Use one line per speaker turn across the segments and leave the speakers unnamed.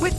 With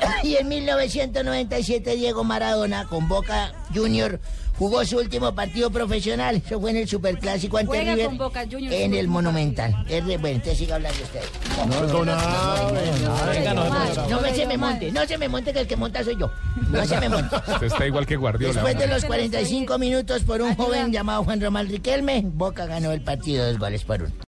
Y en 1997 Diego Maradona con Boca Junior jugó su último partido profesional. Eso fue en el Superclásico ante
Juega
River
con Boca Juniors.
en el Monumental. Es de, bueno, usted siga hablando usted. No me- se me monte, no se me monte que el que monta soy yo. No se me monte.
Usted está igual que Guardiola.
Después de los 45 minutos por un joven llamado Juan Román Riquelme, Boca ganó el partido dos goles por uno.